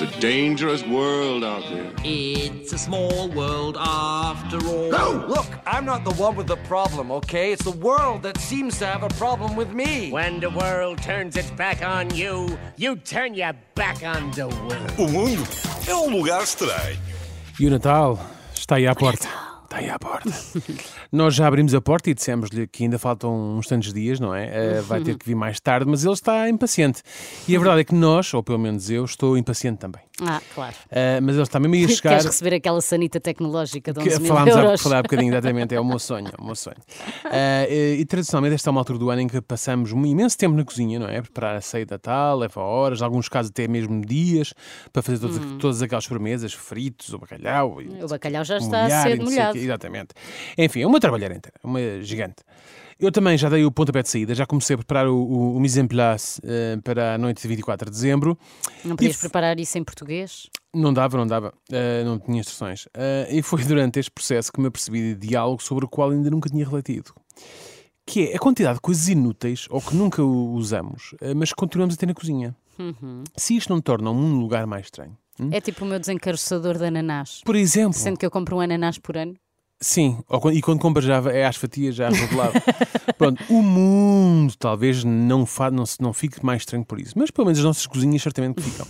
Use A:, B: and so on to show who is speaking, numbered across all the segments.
A: It's a dangerous world out there.
B: It's a small world after all.
C: Look, I'm not the one with the problem, okay? It's the world that seems to have a problem with me.
D: When the world turns its back on you, you turn your back on the world.
E: O mundo é um lugar estranho.
F: E o Natal está aí à porta. Está aí à porta. Nós já abrimos a porta e dissemos-lhe que ainda faltam uns tantos dias, não é? Eh, vai ter que vir mais tarde, mas ele está impaciente. E a verdade é que nós, ou pelo menos eu, estou impaciente também.
G: Ah, claro.
F: Eh, mas ele está mesmo aí a chegar.
G: Queres receber aquela sanita tecnológica de
F: Que
G: 11 mil
F: falámos há,
G: euros?
F: falei há bocadinho, exatamente, é o meu sonho, é o meu sonho. Ah, e, e, tradicionalmente esta é uma altura do ano em que passamos um imenso tempo na cozinha, não é? Preparar a ceia de Natal, leva horas, em alguns casos até mesmo dias, para fazer todas,
G: Hum.
F: todas aquelas sobremesas, fritos, o bacalhau. e-
G: O bacalhau já está a
F: molhar Um e
G: ser
F: não sei o
G: molhado.
F: quê, Exatamente. Enfim, é uma trabalhar inteira, uma gigante. Eu também já dei o pontapé de saída, já comecei a preparar o, o, o mise en place eh, para a noite de 24 de dezembro.
G: Não
F: E
G: podias preparar isso em português?
F: não dava, não dava. Ah, não tinha instruções. Ah, e foi durante este processo que me apercebi de algo sobre o qual ainda nunca tinha refletido. Que é a quantidade de coisas inúteis ou que nunca u- usamos, ah, mas que continuamos a ter na cozinha.
G: Uhum.
F: Se isto não torna um lugar mais estranho. hum?
G: É tipo o meu desencaroçador de ananás.
F: Por exemplo,
G: Sendo que eu compro um ananás por ano.
F: sim, ou quando- e quando compras já é às fatias, já revelado. Pronto, o mundo talvez não, fa, não, se- não fique mais estranho por isso, mas pelo menos as nossas cozinhas certamente que ficam.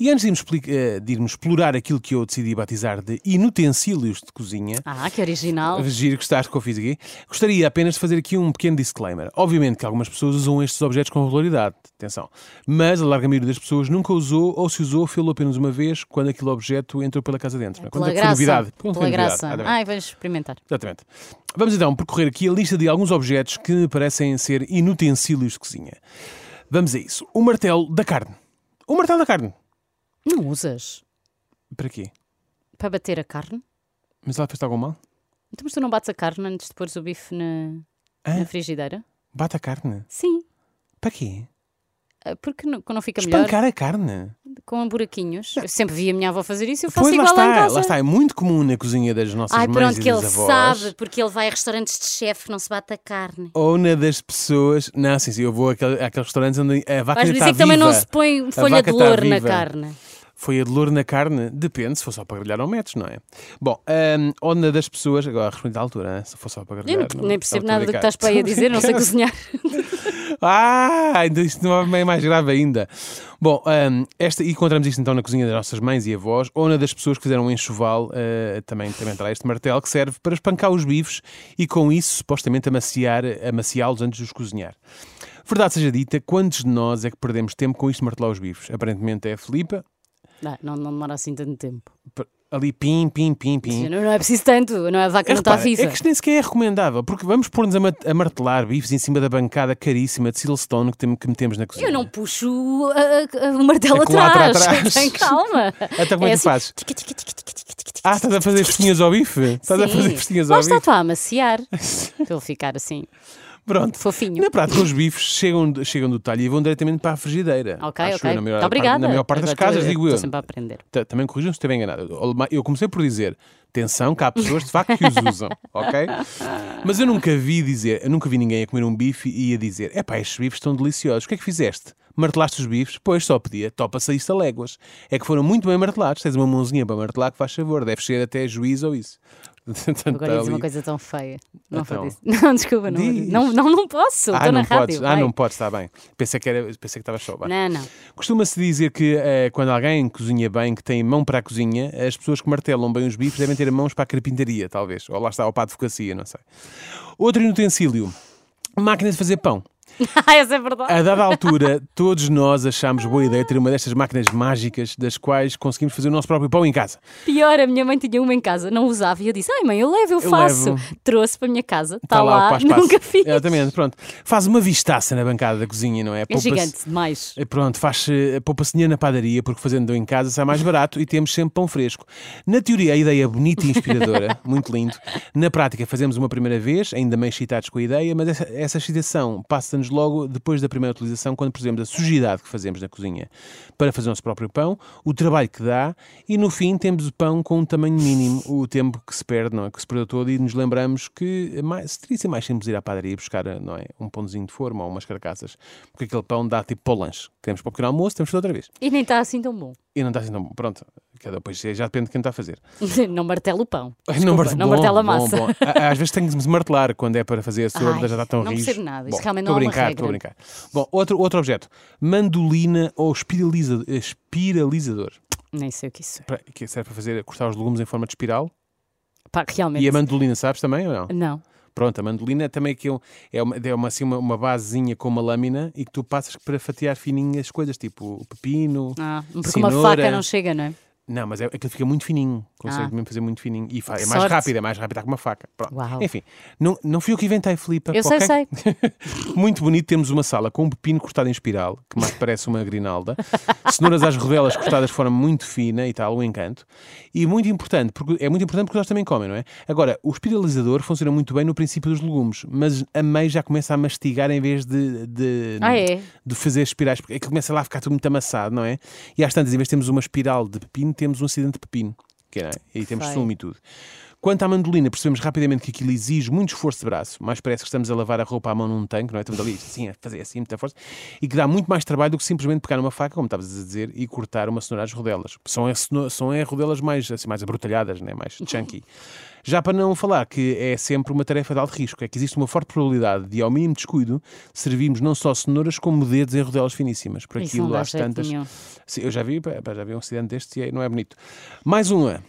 F: e antes de irmos, expli- eh, de irmos explorar aquilo que eu decidi batizar de inutensílios de cozinha,
G: Ah, que original.
F: Giro, gostaste que eu fiz aqui. Gostaria apenas de fazer aqui um pequeno disclaimer. Obviamente que algumas pessoas usam estes objetos com regularidade, atenção. Mas a larga maioria das pessoas nunca usou ou se usou, fê-lo apenas uma vez quando aquele objeto entrou pela casa dentro. não é? Quando
G: Pela
F: é que foi
G: graça.
F: novidade. Quando foi
G: Pela
F: novidade, Ah, tá
G: graça.
F: exatamente.
G: Ai, vamos experimentar.
F: Exatamente. Vamos então percorrer aqui a lista de alguns objetos que me parecem ser inutensílios de cozinha. Vamos a isso. O martelo da carne. O martelo da carne.
G: Não usas
F: Para quê?
G: para bater a carne?
F: Mas ela fez algum mal?
G: Então, mas tu não bates a carne antes de pôres o bife na,
F: Hã?
G: na frigideira?
F: Bate a carne?
G: Sim.
F: Para quê?
G: Ah, Porque não, não fica melhor
F: Espancar a carne?
G: com buraquinhos. Eu sempre vi a minha avó fazer isso e eu faço
F: Pois lá
G: igual
F: está,
G: em casa.
F: lá está, é muito comum na cozinha das nossas
G: Ai,
F: mães
G: pronto,
F: e
G: que
F: dos
G: ele
F: avós.
G: sabe, porque ele vai a restaurantes de chefe, não se bate a carne.
F: Ou na das pessoas. Não, sim, sim, eu vou àquele- àqueles restaurantes onde a vaca
G: Vais-me
F: ainda
G: dizer
F: está
G: que também não
F: Ah, tá viva.
G: se põe
F: A
G: folha
F: vaca
G: de
F: está
G: louro na
F: viva.
G: carne.
F: Foi a de louro na carne? Depende, se for só para grelhar ou metes, não é? Bom, hum, ou na das pessoas. Agora, respondi à altura, hein? se for só para
G: Eu
F: grelhar. é
G: não, nem percebo nada do que
F: complicado.
G: estás para aí a dizer, não sei cozinhar.
F: Ah, ainda isto não é bem mais grave ainda. Bom, hum, esta, e encontramos isto então na cozinha das nossas mães e avós, ou na das pessoas que fizeram um enxoval, eh, também, também terá este martelo, que serve para espancar os bifes e com isso supostamente amaciar, amaciá-los antes de os cozinhar. Verdade seja dita, quantos de nós é que perdemos tempo com isto de martelar os bifes? Aparentemente é a Filipa,
G: Não, não, não demora assim tanto tempo.
F: p- ali pim, pim, pim, pim.
G: Não, não é preciso tanto, não é a vaca não está
F: Repara,
G: viva.
F: É que isto nem sequer é recomendável, porque vamos pôr-nos a, ma- a martelar bifes em cima da bancada caríssima de Silstone que, tem- que metemos na cozinha.
G: Eu não puxo o- a- a- o martelo
F: A culatra
G: atrás.
F: É atrás.
G: Tem calma. assim.
F: Então como é que fazes?
G: tica, tica, tica, tica, tica, tica,
F: Ah, estás a fazer festinhas ao bife? Estás a
G: sim.
F: fazer festinhas
G: Lá
F: ao
G: está, tá
F: bife?
G: estou a amaciar. Para ele ficar assim,
F: Pronto.
G: fofinho.
F: Na prática, os bifes chegam, de- chegam do talho e vão diretamente para a frigideira.
G: Ok,
F: Acho
G: ok.
F: eu, na maior,
G: Muito obrigada.
F: Na maior parte das
G: Agora estou-
F: casas, digo eu.
G: Estou sempre a aprender.
F: Ta- Também corrijam se estiver enganado. Eu- Eu comecei por dizer, atenção, que há pessoas de facto que os usam, ok? Mas eu nunca vi dizer, eu nunca vi ninguém a comer um bife e a dizer, epá, estes bifes estão deliciosos, o que é que fizeste? Martelaste os bifes? Pois, só podia, topa-se isto a léguas. É que foram muito bem martelados, tens uma mãozinha para martelar que faz favor, deve ser até juiz ou isso. Portanto,
G: Agora ia dizer uma
F: Tá ali-
G: coisa tão feia. Não vou
F: Então.
G: dizer. Não, desculpa, não, vou dizer.
F: Diz.
G: não, não, não posso.
F: Ah,
G: Estou na
F: não
G: rádio.
F: podes. Ah,
G: vai.
F: não podes, está bem. Pensei que, era, pensei que estava só. vá.
G: Não, não.
F: Costuma-se dizer que eh, quando alguém cozinha bem, que tem mão para a cozinha, as pessoas que martelam bem os bifes devem ter mãos para a carpintaria, talvez. Ou lá está, ou para a advocacia, não sei. Outro inutensílio. Máquina de fazer pão.
G: Essa é verdade.
F: A dada altura, todos nós achámos boa ideia ter uma destas máquinas mágicas das quais conseguimos fazer o nosso próprio pão em casa.
G: Pior, a minha mãe tinha uma em casa, não usava. E eu disse: Ai, mãe, eu levo, eu, faço.
F: levo.
G: Trouxe para a minha casa,
F: Está
G: está
F: Tá lá, o
G: Tá lá,
F: pás
G: nunca fiz.
F: Exatamente, pronto. Faz uma vistaça na bancada da cozinha, não é?
G: É
F: Poupa-se-
G: gigante demais.
F: Eh, Pronto, faz eh, poupa-se dinheiro na padaria, porque fazendo em casa sai mais barato e temos sempre pão fresco. Na teoria, a ideia é bonita e inspiradora, muito lindo. Na prática, fazemos uma primeira vez, ainda meio excitados com a ideia, mas essa, essa excitação passa-nos anos logo depois da primeira utilização, quando percebemos a sujidade que fazemos na cozinha para fazer o nosso próprio pão, o trabalho que dá e no fim temos o pão com um tamanho mínimo, o tempo que se perde, não é? Que se perdeu todo e nos lembramos que mais, seria ser mais simples ir à padaria buscar, não é? Um pãozinho de forma ou umas carcaças, porque aquele pão dá tipo para o lanche. Queremos para o pequeno almoço, temos que fazer outra vez.
G: E nem está assim tão bom.
F: E não está assim, não, pronto, cada depois já depende de quem está a fazer.
G: Não martela o pão.
F: não,
G: Desculpa,
F: marte-
G: não
F: bom,
G: martela a
F: bom,
G: massa.
F: bom. É. A- Às vezes tem que se martelar quando é para fazer a sopa,
G: Ai,
F: já está tão
G: não
F: rijo.
G: percebo nada, isso
F: Bom,
G: realmente
F: estou
G: não
F: a
G: é uma
F: brincar,
G: regra.
F: Estou a brincar. Bom, outro, outro objeto. Mandolina ou espiraliza- espiralizador.
G: Nem sei o que isso é.
F: Para- Que serve para fazer, cortar os legumes em forma de espiral.
G: Pá, realmente.
F: E a mandolina, sabes também ou não?
G: Não.
F: Pronto, a mandolina também é que é um- é uma, é uma, assim, uma, uma basezinha com uma lâmina e que tu passas para fatiar fininho as coisas, tipo o pepino,
G: Ah, porque
F: cenoura.
G: uma faca não chega, não é?
F: Não, mas é, aquilo fica muito fininho. Consegue
G: Ah.
F: mesmo fazer muito fininho. E fa- é
G: Que
F: mais
G: sorte.
F: rápido, é mais rápido, está com uma faca. Pronto.
G: Uau.
F: Enfim, não, não fui eu que inventei, Filipe.
G: Eu sei, sei.
F: muito bonito, temos uma sala com um pepino cortado em espiral, que mais parece uma grinalda, cenouras às rodelas cortadas de forma muito fina e tal, um encanto. E muito importante, porque é muito importante porque nós também comem, não é? Agora, o espiralizador funciona muito bem no princípio dos legumes, mas a meio já começa a mastigar em vez de, de,
G: Ah, é?
F: de fazer espirais, porque aquilo começa lá a ficar tudo muito amassado, não é? E às tantas, em vez de termos uma espiral de pepino, temos um acidente de pepino. Que é, não é? e temos
G: Feio.
F: sumo e tudo. Quanto à mandolina, percebemos rapidamente que aquilo exige muito esforço de braço, mas parece que estamos a lavar a roupa à mão num tanque, não é? Estamos ali assim, a fazer assim, muita força, e que dá muito mais trabalho do que simplesmente pegar numa faca, como estavas a dizer, e cortar uma cenoura às rodelas. São, é, ceno- são é rodelas mais, assim, mais abrutalhadas, né? mais chunky. Já para não falar que é sempre uma tarefa de alto risco, é que existe uma forte probabilidade de, ao mínimo descuido, servirmos não só cenouras como dedos em rodelas finíssimas. Por
G: Isso não
F: aquilo,
G: dá
F: às
G: jeito
F: tantas.
G: nenhum.
F: Sim, eu já vi, pá, pá, já vi um acidente destes e é- não é bonito. Mais uma.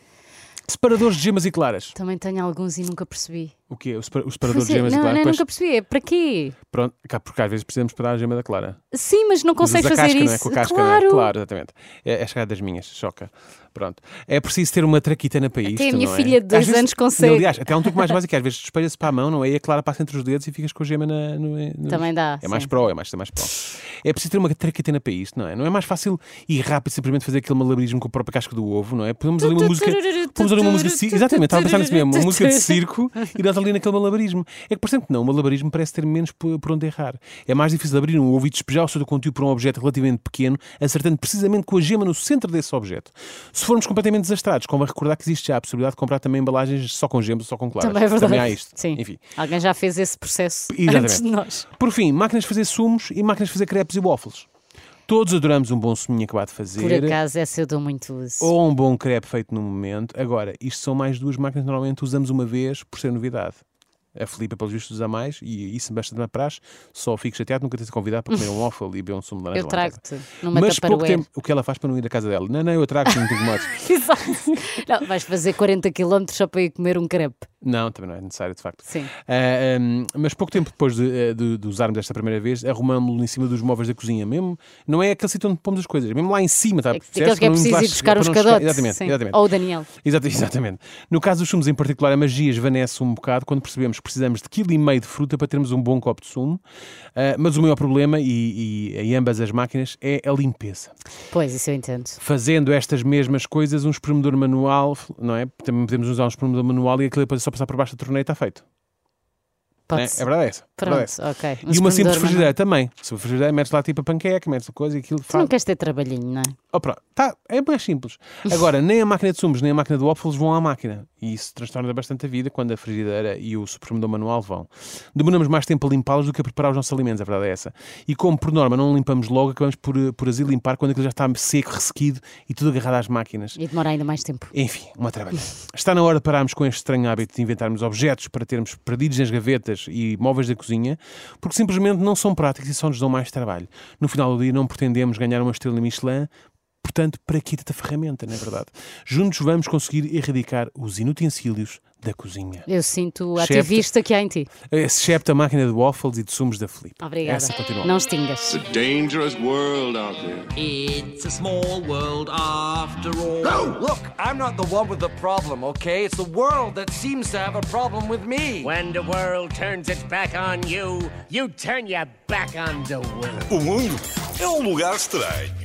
F: Separadores de gemas e claras.
G: Também tenho alguns e nunca percebi.
F: O quê? O, separa- o separador
G: Pois é,
F: de gemas
G: não,
F: e claras?
G: não,
F: Pois,
G: nunca percebi. É para quê?
F: pronto, cá, porque às vezes precisamos separar a gema da clara.
G: Sim, mas não consegues
F: Usas a
G: fazer
F: casca,
G: isso.
F: Não é? Com a casca,
G: claro.
F: Não é? Claro, exatamente. É, é chegar das minhas, choca. Pronto. É preciso ter uma traquita na país. é?
G: Até a minha filha de dois anos consegue.
F: Aliás, até há um truque mais básico, que às vezes espelha-se para a mão, não é? E a clara passa entre os dedos e ficas com a gema na, no, no-
G: Também dá,
F: É mais
G: sim.
F: pro, é mais, é mais pro. É preciso ter uma traquitana para isto, não é? Não é mais fácil e rápido simplesmente fazer aquele malabarismo com o próprio casco do ovo, não é? Pomos ali uma música. Pomos ali uma música. de ci- Exatamente, estava a pensar nisso mesmo. Uma música de circo e dás ali naquele malabarismo. É que, por exemplo, não. O malabarismo parece ter menos por, por onde errar. É mais difícil abrir um ovo e despejar o seu conteúdo para um objeto relativamente pequeno, acertando precisamente com a gema no centro desse objeto. Se formos completamente desastrados, convém recordar que existe já a possibilidade de comprar também embalagens só com gemas ou só com claras.
G: Também é verdade.
F: há isto.
G: Sim.
F: Enfim.
G: Alguém já fez esse processo antes de
F: Exatamente.
G: nós.
F: Por fim, máquinas de fazer sumos e máquinas de fazer crepes e waffles. Todos adoramos um bom suminho acabado de fazer.
G: Por acaso, essa eu dou muito uso.
F: Ou um bom crepe feito no momento. Agora, isto são mais duas máquinas que normalmente usamos uma vez por ser novidade. A Filipa, pelos vistos, usa mais e isso basta na praxe. Só fico chateado nunca ter-se convidado para comer um waffle e beber um sumo de laranja.
G: Eu
F: lá em casa.
G: trago-te numa
F: Mas pouco
G: Tupperware.
F: tempo, o que ela faz para não ir à casa dela? Não, não, eu trago-te, um não te incomodes.
G: Exato. Não, vais fazer 40 km só para ir comer um crepe.
F: Não, também não é necessário, de facto.
G: Sim.
F: Ah, hum, mas pouco tempo depois de, eh, de- de usarmos esta primeira vez, arrumámos-lo em cima dos móveis da cozinha mesmo. Não é aquele sítio onde pomos as coisas, mesmo lá em cima. Tá?
G: É que-
F: Percebes?
G: Aqueles que é
F: Não vamos
G: preciso
F: lá
G: ir
F: chegar
G: buscar
F: para
G: os
F: não
G: cadotes.
F: Exatamente,
G: Sim.
F: exatamente.
G: Ou o Daniel.
F: Exata- Exatamente. No caso dos sumos em particular, a magia esvanece um bocado quando percebemos que precisamos de quilo e meio de fruta para termos um bom copo de sumo. Ah, mas o maior problema, e, e em ambas as máquinas, é a limpeza
G: Pois, isso eu entendo.
F: fazendo estas mesmas coisas, um espremedor manual, não é? Também podemos usar um espremedor manual e aquilo depois é só passar por baixo da torneira e está feito. não é?
G: Pode-se.
F: É verdade essa. é verdade
G: Pronto,
F: essa.
G: ok. Um
F: e uma simples
G: espremedor, mas
F: frigideira também. Se uma frigideira, metes lá tipo a panqueca, metes a coisa e aquilo
G: não- Tu não
F: faz.
G: queres ter trabalhinho, não é?
F: Oh, pronto. Tá, é mais simples. Agora, nem a máquina de sumos, nem a máquina de waffles vão à máquina. E isso transtorna bastante a vida quando a frigideira e o espremedor manual vão. Demoramos mais tempo a limpá-los do que a preparar os nossos alimentos, a verdade é essa. E como por norma não limpamos logo, acabamos por, eh, por as ir limpar quando aquilo já está seco, ressequido e tudo agarrado às máquinas.
G: E demora ainda mais tempo.
F: Enfim, uma trabalha. Está na hora de pararmos com este estranho hábito de inventarmos objetos para termos perdidos nas gavetas e móveis da cozinha, porque simplesmente não são práticos e só nos dão mais trabalho. No final do dia não pretendemos ganhar uma estrela Michelin, portanto, para que tanta ferramenta, não é verdade? Juntos vamos conseguir erradicar os inutensílios da cozinha.
G: Eu sinto
F: Chefe.
G: ativista que há em ti.
F: Excepto a máquina de waffles e de sumos da Filipe.
G: Obrigada.
F: Essa continua.
G: Não
A: It's
G: extingas.
A: a dangerous world out there.
B: It's a small world after all.
C: Look, I'm not the one with the problem, okay? It's the world that seems to have a problem with me.
D: When the world turns its back on you, you turn your back on the world.
E: O mundo é um lugar estranho.